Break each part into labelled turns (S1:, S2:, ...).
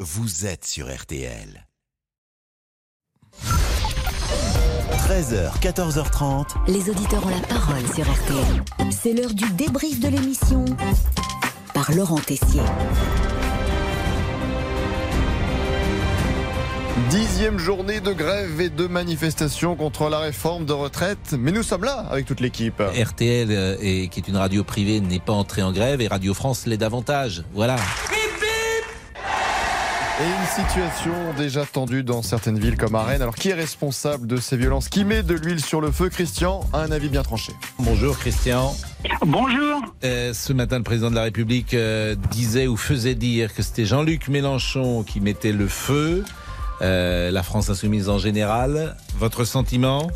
S1: vous êtes sur RTL. 13h, 14h30.
S2: Les auditeurs ont la parole sur RTL. C'est l'heure du débrief de l'émission par Laurent Tessier.
S3: Dixième journée de grève et de manifestation contre la réforme de retraite, mais nous sommes là avec toute l'équipe.
S4: RTL, euh, et, qui est une radio privée, n'est pas entrée en grève et Radio France l'est davantage. Voilà.
S3: Et une situation déjà tendue dans certaines villes comme à Rennes. Alors qui est responsable de ces violences Qui met de l'huile sur le feu Christian a un avis bien tranché.
S4: Bonjour Christian.
S5: Bonjour.
S4: Euh, ce matin, le président de la République euh, disait ou faisait dire que c'était Jean-Luc Mélenchon qui mettait le feu. euh, la France insoumise en général. Votre sentiment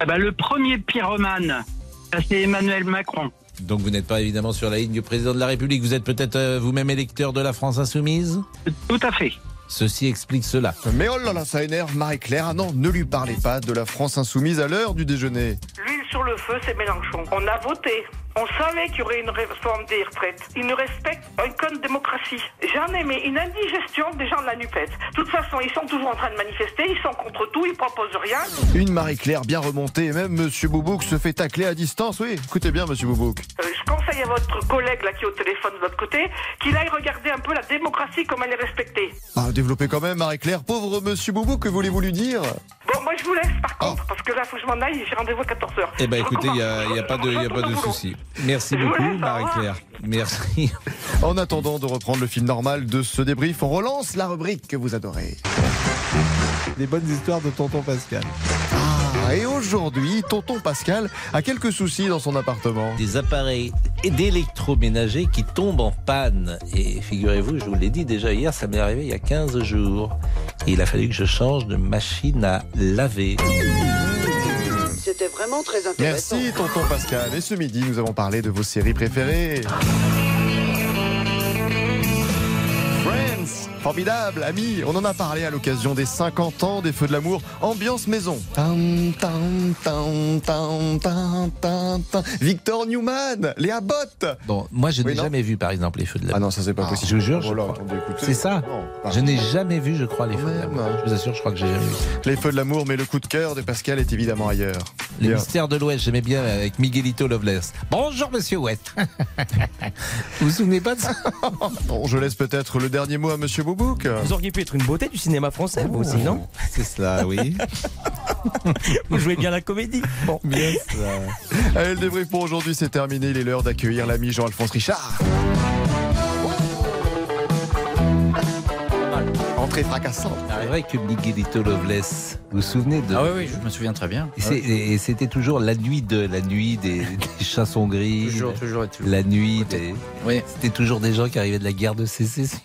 S5: Eh ben, le premier pyromane, ça, c'est Emmanuel Macron.
S4: Donc vous n'êtes pas évidemment sur la ligne du président de la République. Vous êtes peut-être euh, vous-même électeur de la France insoumise
S5: Tout à fait.
S4: Ceci explique cela.
S3: Mais oh là là, ça énerve Marie-Claire. Ah non, ne lui parlez pas de la France insoumise à l'heure du déjeuner.
S6: L'huile sur le feu, c'est Mélenchon. On a voté. On savait qu'il y aurait une réforme des retraites. Il ne respecte aucune démocratie. J'en ai mais une indigestion des gens de la NUPES. De toute façon, ils sont toujours en train de manifester, ils sont contre tout, ils proposent rien.
S3: Une Marie-Claire bien remontée et même Monsieur Boubouk se fait tacler à distance. Oui, écoutez bien Monsieur Boubouk.
S6: Euh, je conseille à votre collègue là qui est au téléphone de l'autre côté qu'il aille regarder un peu la démocratie, comme elle est respectée.
S3: Ah, développez quand même Marie-Claire. Pauvre Monsieur Boubouk, que voulez-vous lui dire
S6: Bon, moi je vous laisse par contre, parce que là, faut que je m'en aille, j'ai rendez-vous à 14h.
S4: Ah. Eh ben écoutez, il n'y a, il y a pas de, il y a pas de souci. Merci
S6: Je vous
S4: beaucoup
S6: laisse, au
S4: Marie-Claire. Merci.
S3: En attendant de reprendre le fil normal de ce débrief, on relance la rubrique que vous adorez.
S7: Des bonnes histoires de tonton Pascal.
S3: Ah, et aujourd'hui, tonton Pascal a quelques soucis dans son appartement.
S4: Des appareils et d'électroménagers qui tombent en panne. Et figurez-vous, je vous l'ai dit déjà hier, ça m'est arrivé il y a 15 jours. Et il a fallu que je change de machine à laver.
S8: C'était vraiment très intéressant.
S3: Merci tonton Pascal. Et ce midi, nous avons parlé de vos séries préférées. Friends, Formidable, amis, on en a parlé à l'occasion des 50 ans des Feux de l'amour, ambiance maison. Tan, tan, tan, tan, tan, tan, tan. Victor Newman, Léa Bott.
S4: Bon, moi je n'ai
S3: Oui, non.
S4: jamais vu par exemple les feux de la
S3: Ah non, ça c'est pas
S4: Ah,
S3: possible.
S4: je vous jure, je
S3: Oh là,
S4: crois.
S3: attendez, écoutez.
S4: C'est ça
S3: Non, bah,
S4: Je n'ai jamais vu, je crois, les
S3: Quand
S4: feux de
S3: même.
S4: l'amour. Je vous assure, je crois que j'ai jamais vu.
S3: Les feux de l'amour, mais le coup de cœur de Pascal est évidemment ailleurs.
S4: Les
S3: Bien.
S4: mystères de l'Ouest, j'aimais bien avec Miguelito Loveless. Bonjour Monsieur Ouest. vous vous souvenez pas de ça
S3: Bon, je laisse peut-être le dernier mot à Monsieur Boubouk.
S9: Vous auriez pu être une beauté du cinéma français, vous aussi, non
S4: C'est cela, oui.
S9: Vous jouez bien la comédie. Bon.
S3: Allez, Euh, le débrief pour aujourd'hui, c'est terminé. Il est l'heure d'accueillir l'ami Jean-Alphonse Richard. Entrée fracassante.
S4: C'est vrai que Miguelito Loveless, vous vous souvenez de...
S10: Ah oui, oui, je me souviens très bien.
S4: Et c'est- Et et c'était toujours la nuit de la nuit des, des chansons gris,
S10: Toujours, toujours et toujours.
S4: la nuit des...
S10: Oui.
S4: C'était toujours des gens qui arrivaient de la guerre de sécession.